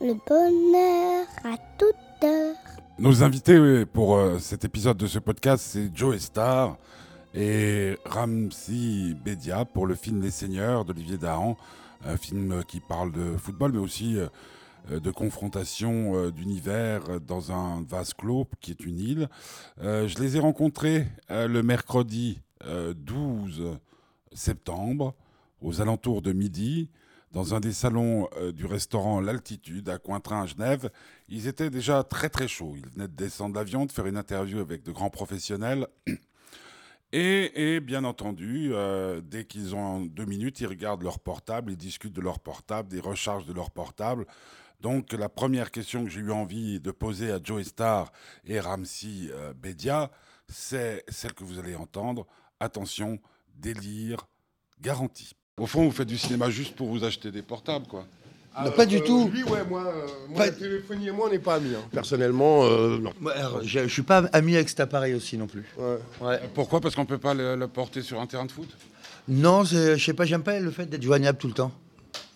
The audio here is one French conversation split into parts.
Le bonheur à toute heure. Nos invités oui, pour euh, cet épisode de ce podcast, c'est Joe Star et Ramsi Bedia pour le film Les Seigneurs d'Olivier Dahan, un film qui parle de football mais aussi euh, de confrontation euh, d'univers dans un vase clos qui est une île. Euh, je les ai rencontrés le mercredi euh, 12 septembre aux alentours de midi dans un des salons euh, du restaurant L'Altitude à Cointrin à Genève. Ils étaient déjà très très chauds. Ils venaient de descendre l'avion, de faire une interview avec de grands professionnels. Et, et bien entendu, euh, dès qu'ils ont deux minutes, ils regardent leur portable, ils discutent de leur portable, des recharges de leur portable. Donc la première question que j'ai eu envie de poser à Joe Star et Ramsi euh, Bedia, c'est celle que vous allez entendre. Attention, délire garanti. Au fond, vous faites du cinéma juste pour vous acheter des portables, quoi. Bah, pas du tout. Ah, euh, Lui, ouais, moi, euh, moi, Pas- la téléphonie et moi, on n'est pas amis. hein. Personnellement, euh, non. Moi, alors, je, je suis pas ami avec cet appareil aussi non plus. Ouais. Ouais. Pourquoi Parce qu'on peut pas le, le porter sur un terrain de foot Non, c'est- je sais pas, j'aime pas le fait d'être joignable tout le temps.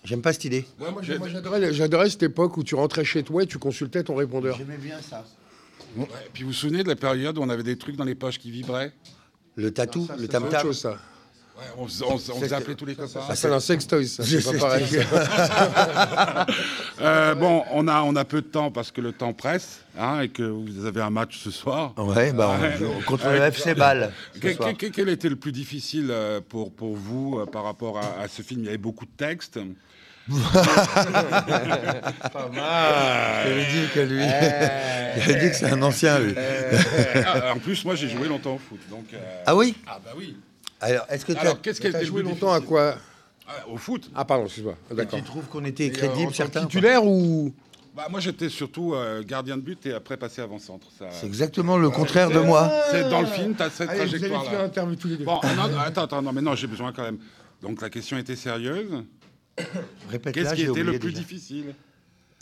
J'aime pas cette idée. Ouais, moi, j'ai- moi, j'adorais, les- j'adorais cette époque où tu rentrais chez toi et tu consultais ton répondeur. J'aimais bien ça. Et Puis vous vous souvenez de la période où on avait des trucs dans les poches qui vibraient Le tatou, le C'est autre tam-tam. Ah, chose, ça. Ah, On, faisait- on- on faisait c'est- appeler tous les copains. Ça s'appelle un sextoy, ça. C'est pas pareil. Euh, bon, on a, on a peu de temps parce que le temps presse hein, et que vous avez un match ce soir. Ouais, bah, on joue contre le FC Bâle. ce Que- soir. que- que- quel était le plus difficile euh, pour, pour vous euh, par rapport à, à ce film Il y avait beaucoup de textes. Je lui dis que lui. Je lui dis que c'est un ancien, lui. Ah, en plus, moi, j'ai joué longtemps au foot. Donc, euh, Ah oui ah bah oui. Alors, est-ce que tu Alors, qu'est-ce qui a été T'as le joué plus longtemps à difficile quoi Ah, Au foot Ah, pardon, excuse-moi. D'accord. tu trouves qu'on était Et, euh, en tant crédible, que certains ou pas Titulaire ou. Bah, Moi, j'étais surtout euh, gardien de but et après passé avant-centre. Ça... C'est exactement le contraire de moi. C'est dans le film, tu as cette Allez, vous allez faire trajectoire-là. un terme tous les deux. Bon, ah non, non, attends, attends, non, mais non, j'ai besoin quand même. Donc la question était sérieuse. Répète-la, Qu'est-ce qui j'ai était le oublié plus déjà. difficile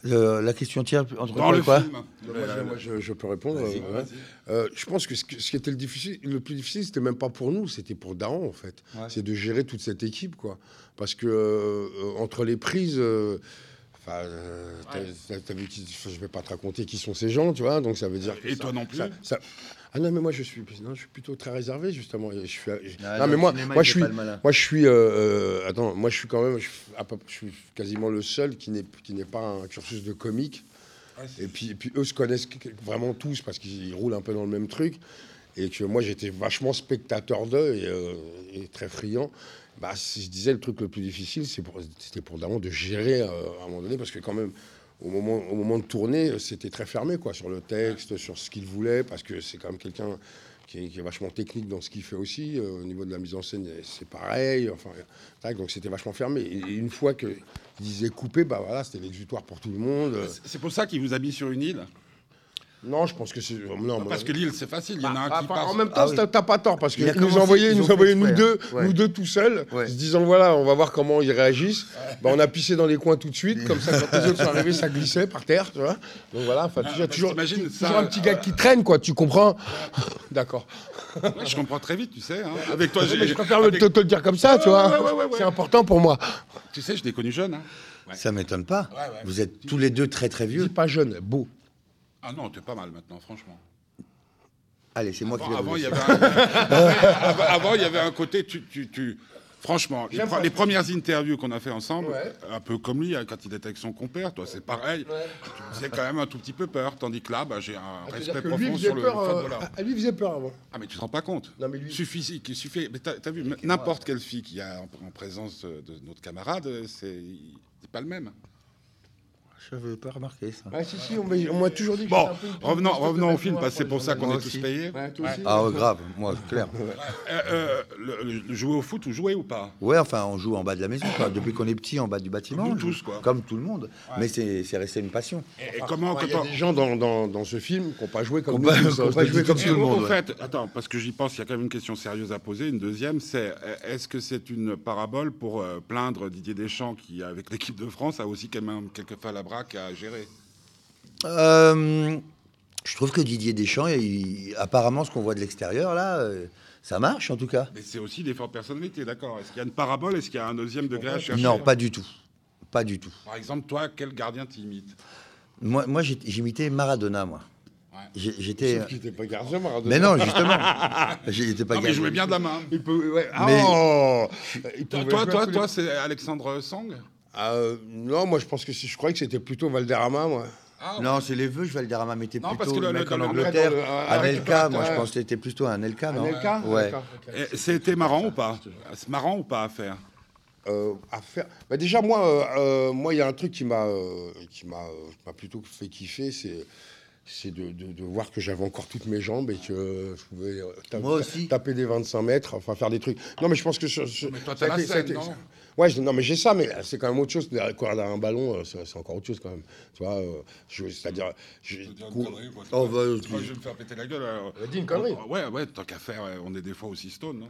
Le- la question tire entre dans quoi et le quoi film Bah, Moi, je, moi, je- je peux répondre. Vas-y, euh, ouais. vas-y. Euh, je pense que ce, que- ce qui était le, difficile, le plus difficile, c'était même pas pour nous, c'était pour Daron en fait. C'est de gérer toute cette équipe, quoi. Parce que euh, euh, entre les prises, euh, enfin, euh, t'as- t'as- t'as vu qui- enfin, je vais pas te raconter qui sont ces gens, tu vois. Donc ça veut dire. que Et ça- toi non plus ça- ça- ah non mais moi je suis non, je suis plutôt très réservé justement et je suis je- Ah, non, dans mais le moi cinéma, moi il je fait suis pas le malin. moi je suis euh, euh, attends moi je suis quand même je, suis à peu- je suis quasiment le seul qui n'est qui n'est pas un cursus de comique et puis, et puis eux se connaissent que- que- vraiment tous parce qu'ils roulent un peu dans le même truc. Et que moi j'étais vachement spectateur d'eux et, euh, et très friand. Bah, si je disais le truc le plus difficile, c'est pour- c'était pour Daron de gérer euh, à un moment donné parce que quand même. Au moment, au moment de tourner, euh, c'était très fermé quoi, sur le texte, sur ce qu'il voulait, parce que c'est quand même quelqu'un qui, est- qui est vachement technique dans ce qu'il fait aussi. euh, au niveau de la mise en scène, euh, c'est pareil. Enfin, tac, donc c'était vachement fermé. Et, et une fois qu'il disait couper, bah, voilà, c'était l'exutoire pour tout le monde. bah. euh. C'est pour ça qu'il vous a mis sur une île Non, je pense que c'est. euh, Oh, Non, Parce que l'île, c'est facile. Il y en a un Ah, qui enfin, part. en même temps, Ah oui. t'as- t'as pas tort parce Il a qu'ils nous commencé, envoyaient, ils ils ont nous fait envoyaient nous exprès, deux, hein. Ouais. nous deux tout seuls, Ouais. se disant voilà, on va voir comment ils réagissent. Bah, on a pissé dans les coins tout de suite, comme ça quand les autres sont arrivés, ça glissait par terre, tu vois. Donc voilà, enfin, bah, toujours, toujours, t'imagines, toujours ça, un petit euh, gars qui traîne, quoi, tu comprends D'accord. Ouais, je comprends très vite, tu sais. hein. Avec toi, j'ai. Ah, Je préfère le- avec- te, te le dire comme ça, tu vois. ouais, ouais, ouais, ouais. C'est important pour moi. Tu sais, je l'ai connu jeune. hein. Ça m'étonne pas. Ouais, ouais. Vous êtes tous les deux très très Je vieux. dis pas jeune, beau. Ah non, t'es pas mal maintenant, franchement. Allez, c'est moi qui Avant, vais avant, vous il y laisser. avait un... avant, avant, il y avait un côté. Tu, tu, tu- Franchement, les, pre- les premières interviews qu'on a fait ensemble, Ouais. un peu comme lui, hein, quand il était avec son compère, toi, c'est pareil. Ah, Tu me faisais quand même un tout petit peu peur. Tandis que là, bah, j'ai un respect C'est-à-dire que profond lui faisait sur le peur. euh, footballeur. à- à lui faisait peur avant. Ah mais tu te rends pas compte Non, mais lui- Suffit, qu'il suffit. Mais t'as, t'as vu m- n'importe quelle fille qui a en, en présence euh, de notre camarade, euh, c'est, il- c'est pas le même. Je n'avais pas remarqué ça. Ah, si, si, on m'a on m'a toujours dit que Bon, j'étais un peu revenons, une- une espèce de revenons au bête film noire, parce que c'est pour les ça gens. qu'on est Moi tous aussi. payés. Ouais, toi aussi. Ah, ouais, grave, moi, clair. Euh, euh, le- le- jouer au foot ou jouer ou pas Ouais, enfin, on joue en bas de la maison, quoi. Depuis qu'on est petit, en bas du bâtiment. Comme nous on joue- tous, quoi. Comme tout le monde. Mais c'est c'est resté une passion. Et, et comment Il y quand a on- des gens dans, dans, dans ce film qui n'ont pas joué comme Qu'on nous. pas- ça, qu'on je te pas le joué dis comme tout Et de au- suite. tout le monde, Au ouais. fait, attends, parce que j'y pense, il y a quand même une question sérieuse à poser. Une deuxième, c'est euh, est-ce que c'est une parabole pour euh, plaindre Didier Deschamps qui, avec l'équipe de France, a aussi quand même quelquefois la braque à gérer Euh, je trouve que Didier Deschamps, il- apparemment, ce qu'on voit de l'extérieur, là, euh, ça marche, en tout cas. Mais c'est aussi des fortes personnalités, d'accord Est-ce qu'il y a une parabole Est-ce qu'il y a un deuxième degré à chercher Non, pas du tout. Pas du tout. Par exemple, toi, quel gardien t'imite Moi, moi j'ai- j'imitais Maradona, moi. Ouais. J'ai- J'étais. Sauf qu'il était pas gardien, Maradona. Mais non, justement. J'étais pas Non, mais il gardien. jouait bien de la main. Il peut, ouais. Ah, Mais- oh Il Toi, pouvait toi, jouer à toi, tous les- toi, c'est Alexandre Sang Ah, euh, non, moi je pense que si je croyais que c'était plutôt Valderrama, moi. Ah, Non, c'est les vœux, je vais le dire à ma mais t'es Non, plutôt parce que le le- mec le- en le- Angleterre. le- le- un Elka, le- moi, je le- pense que c'était plutôt un Elka, non Anelka Ouais. D'accord, ok. Eh, C'était marrant ou pas C'est marrant ou pas à faire Euh, à faire. Bah, déjà, moi, euh, euh, moi, il y a un truc qui m'a, euh, qui m'a, euh, qui m'a plutôt fait kiffer, c'est c'est de, de- de voir que j'avais encore toutes mes jambes et que euh, je pouvais euh, ta- Moi aussi. taper des 25 mètres, enfin faire des trucs. Non, mais je pense que... ce- ce- mais toi, ça t'as a la été- ça a scène, été- non ça- Ouais, je- non, mais j'ai ça, mais c'est quand même autre chose. Courir derrière un ballon, euh, c'est c'est encore autre chose quand même. Tu vois, euh, je- c'est-à-dire... je- cou- Oh, bah, Tu crois que Ah, je vais me faire péter la gueule alors Bah, dis une connerie. Ouais, ouais, tant qu'à faire, ouais, on est des fois aussi stone, non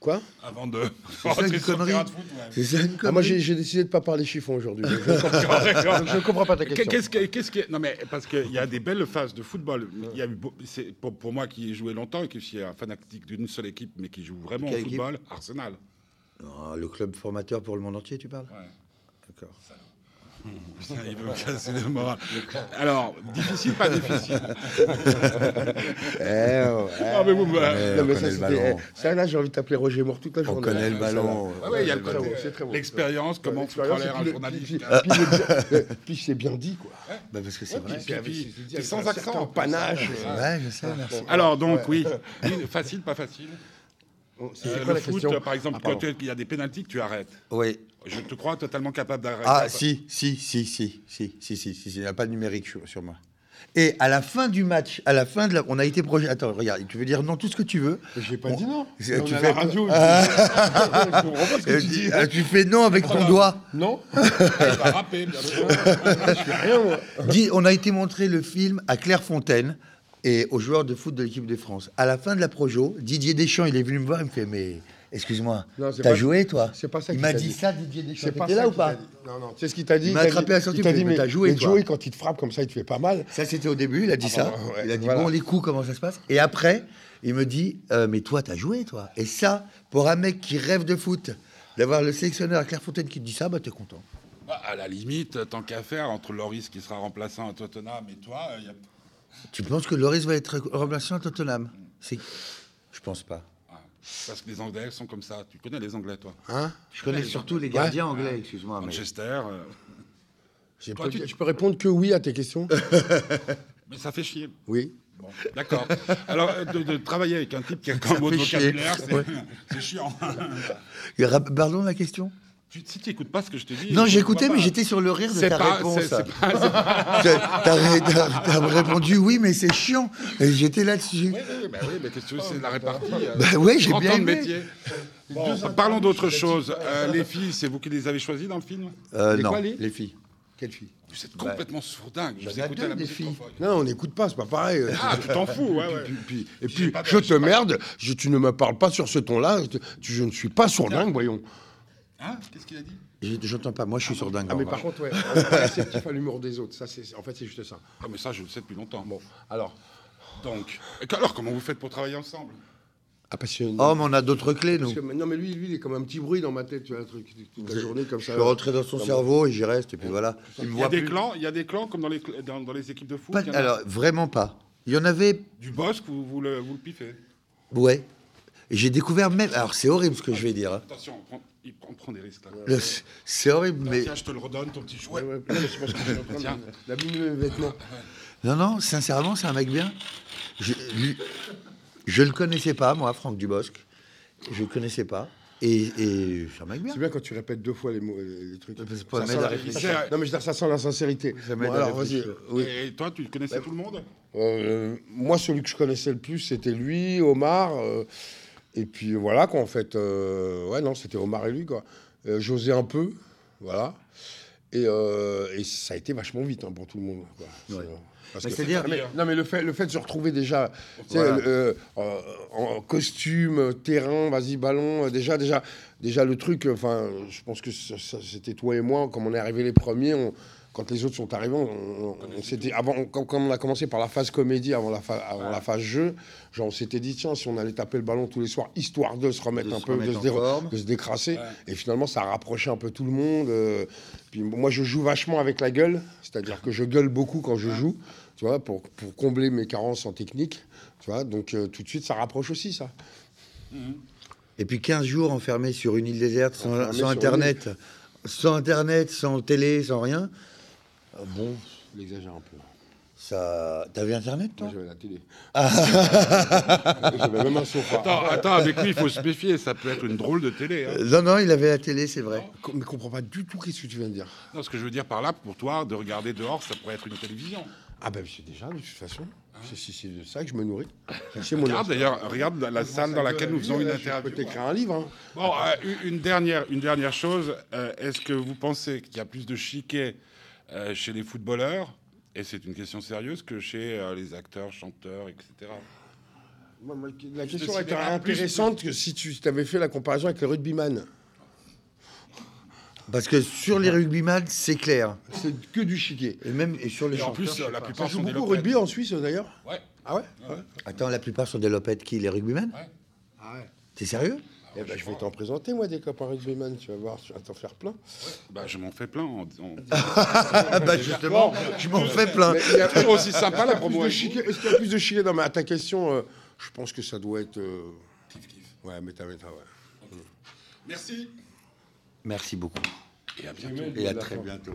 Quoi Avant de. C'est ça de une sortir connerie. un de foot, ouais. C'est ça une Ah, Moi, connerie. j'ai j'ai décidé de ne pas parler chiffon aujourd'hui. Je ne comprends, pas ta question. Qu'est-ce que- qu'est-ce que- non mais parce qu'il y a des belles phases de football. Il y a eu beau- c'est pour, pour moi qui ai joué longtemps et qui suis un fanatique d'une seule équipe mais qui joue vraiment au Quelle équipe football, Arsenal. Non, Oh, le club formateur pour le monde entier, tu parles Ouais. D'accord. Putain, il veut me casser le moral. Alors difficile, pas difficile. Eh, Ah, mais vous, bah, Ouais, Non, Euh, on mais ça, connaît le c'était- eh, ballon. ça, là, j'ai envie de t'appeler Roger Moore toute la On journée. Ah, connaît le ballon. Ah Ouais, ouais, il y a le très côté, bon, c'est très bon. l'expérience, comment tu prends L'expérience, l'air et un puis le- journaliste. Puis, puis, puis, puis c'est bien dit, quoi. Bah, parce que c'est vrai. puis, puis, c'est puis sans accent, en plus. panache. Ouais, je sais, merci. Alors donc oui, Oui, facile, pas facile. Bon, Euh, C'est quoi le la foot, question par exemple, Ah, quand pardon. tu- il y a des pénaltys, tu arrêtes. Oui. Je te crois totalement capable d'arrêter. Ah, si, si, si, si, si, si, si, si, si, il n'y a pas de numérique sur, sur moi. Et à la fin du match, à la fin de la. On a été projeté. Attends, regarde, tu veux dire non tout ce que tu veux. J'ai pas On- dit non. C'est- On tu est à fais- Ah. la radio. Je comprends pas ce Euh, que tu dis. euh, tu fais non avec ton doigt. Non Il va rapper, bien sûr. Dis, on a été montré le film à Clairefontaine et aux joueurs de foot de l'équipe de France. À la fin de la Projo, Didier Deschamps, il est venu me voir, il me fait Mais excuse-moi, Non, c'est t'as pas- joué toi c'est pas ça Il qu'il m'a t'a dit dit. ça, Didier Deschamps. C'est pas T'étais ça là ou qu'il t'a pas dit. Non, non. C'est ce qu'il t'a dit. Il m'a t'a attrapé dit- à sortie, il t'a il me dit, fait, mais t'as joué, mais toi. Joey, quand il te frappe comme ça, il te fait pas mal. Ça, c'était au début, il a dit ça. bah, ouais, il a dit voilà. Bon, les coups, comment ça se passe Et après, il me dit Euh, Mais toi, t'as joué toi. Et ça, pour un mec qui rêve de foot, d'avoir le sélectionneur à Clairefontaine qui te dit ça, bah t'es content. Bah, à la limite, tant qu'à faire, entre Loris qui sera remplaçant à Tottenham et toi, il y a... Tu penses que Loris va être remplaçant à Tottenham C'est- Je pense pas. Ah, parce que les Anglais sont comme ça. Tu connais les Anglais, toi Hein Je connais surtout les gardiens anglais, excuse-moi. Ah, mais- Manchester. euh, J'ai Toi, pas tu- dit- Je peux répondre que oui à tes questions Mais ça fait chier. Oui. Bon, d'accord. Alors, euh, de, de travailler avec un type qui a comme mot de fait chier. vocabulaire, c'est Ouais. c'est chiant. Et ra- Pardon la question Tu- si tu n'écoutes pas ce que je te dis. Non, tu j'écoutais, vois mais pas. hein. j'étais sur le rire de C'est ta pas- réponse. c'est- c'est T'as t'as- t'as- t'as répondu oui, mais c'est chiant. Et j'étais là-dessus. Oui, oui, bah oui, mais qu'est-ce que tu veux, c'est de la répartie. Bah euh, ouais, j'ai 30 bien ans de aimé. métier. Bon, parlons d'autre chose. Euh, les filles, c'est vous qui les avez choisies dans le film Euh, Les non, quoi, les les filles. Quelle fille Vous êtes complètement sourdingue. Bah, j'en Vous ai écoutez deux, la des musique filles. parfois. Non, on n'écoute pas, c'est pas pareil. Ah, tu t'en fous, ouais, ouais. Puis- puis- et J'ai puis, pas de- je j'ai te pas- merde, je- tu ne me parles pas sur ce ton-là, je, te- tu- je ne suis pas sourdingue, voyons. Hein Qu'est-ce qu'il a dit J'ai- J'entends pas, moi je suis sur dingue. Ah, mais par contre, ouais, on est réceptif à l'humour des autres, ça, c'est, en fait, c'est juste ça. Ah, mais ça, je le sais depuis longtemps. Bon, Bon, alors, donc. Et qu- Alors, comment vous faites pour travailler ensemble ah, parce que- Oh, mais on a d'autres clés, parce nous. que- mais non, mais lui, lui, il est comme un petit bruit dans ma tête, tu vois, un truc, toute la journée comme Je ça. suis rentré dans son Comme- cerveau et j'y reste, et puis voilà. Ah. Il Il me y a voit des plus. clans, il y a des clans comme dans les, cl- dans, dans les équipes de foot. Pas- il y en a alors, vraiment pas. Il y en avait Du bosque, vous, vous, le, vous le piffez. Ouais. J'ai découvert même. Alors, c'est horrible ce que je vais dire. hein. Attention, on prend, il prend- on prend des risques là. Le- C'est horrible, mais. Tiens, je te le redonne, ton petit chouette. Ouais, ouais, non, mais c'est parce que je suis en train Tiens. de- d'abîmer mes vêtements. Non, non, sincèrement, c'est un mec bien. Je, lui- je le connaissais pas, moi, Franck Dubosc. Je le connaissais pas. Et, et c'est un mec bien. C'est bien quand tu répètes deux fois les mots, les les trucs. Parce Ça que ça m'aide sent à la- réfléchir. ça- Non, mais je veux dire, ça sent la sincérité. Ça m'aide Bon, à alors, vas-y. réfléchir. Oui. Et toi, tu connaissais tout le monde Euh, moi, celui que je connaissais le plus, c'était lui, Omar. euh, et puis euh, voilà, quoi, en fait. euh, ouais, non, c'était Omar et lui, quoi. Euh, J'osais un peu, voilà. Et, euh, et ça a été vachement vite hein, pour tout le monde. quoi. C'est, euh, parce Mais que- c'est-à-dire- Non, mais, non, mais le fait, le fait de se retrouver déjà tu sais, Voilà. le- euh, euh, en costume, euh, terrain, vas-y, ballon, euh, déjà, déjà, euh, déjà le truc, enfin, je pense que ça- ça- c'était toi et moi, comme on est arrivés les premiers, on, quand les autres sont arrivés, on, on- on s'était avant on- quand, quand on a commencé par la phase comédie avant la, pha- avant la phase jeu, genre on s'était dit tiens si on allait taper le ballon tous les soirs histoire de se remettre De un se peu, de remettre se, en dé- forme. de se décrasser. Et finalement ça a rapproché un peu tout le monde. euh, puis moi je joue vachement avec la gueule, c'est-à-dire que je gueule beaucoup quand je joue, tu vois, pour, pour combler mes carences en technique, tu vois. Donc euh, tout de suite ça rapproche aussi ça. Et puis 15 jours enfermés sur une île déserte, sans, Enfermés sans sur une Internet, sans Internet, sans télé, sans rien. Euh, Bon, Je l'exagère Ah un peu. ça. T'avais Internet, toi Moi j'avais la télé. j'avais même un sofa. Attends, attends, avec lui, il faut se méfier. Ça peut être une drôle de télé. hein. Euh, Non, non, il avait la télé, c'est vrai. Co- Mais comprends pas du tout qu'est-ce que tu viens de dire. Non, ce que je veux dire par là, pour toi, de regarder dehors, ça pourrait être une télévision. Ah ben c'est déjà de toute façon. C'est- C'est c'est de ça que je me nourris. C'est mon Regarde d'ailleurs, regarde la, la salle dans laquelle nous faisons une Je interview. peux t'écrire un livre. hein. Bon, euh, une- une dernière, une dernière chose. euh, Est-ce que vous pensez qu'il y a plus de chiquets euh, chez les footballeurs et c'est une question sérieuse que chez euh, les acteurs, chanteurs, etc. Moi, moi, La Plus de question était sidérats, plus- intéressante que si tu avais fait la comparaison avec le rugbyman. Parce que sur les rugbyman, c'est clair. C'est que du chiquet. Et même et sur les Et en chanteurs, plus, je sais la pas. plupart Ça joue sont des beaucoup au lopettes. rugby en Suisse d'ailleurs. Ouais. Ah ouais, Attends, la plupart sont des lopettes qui, les rugbyman Ouais. Ah ouais. T'es sérieux Eh ben, je vais t'en présenter moi des copains rugbyman, tu vas voir, tu vas t'en faire plein. Bah, je m'en fais plein. en- en- Ah bah justement, je m'en fais plein. Ah, Mais il y a- toujours aussi sympa la Plus de promo. chiquet- Est-ce qu'il y a plus de chiquet Non mais à ta question, euh, je pense que ça doit être. euh, Ouais, méta méta, ouais. Merci. Merci beaucoup. Et à bientôt. Et à très bientôt.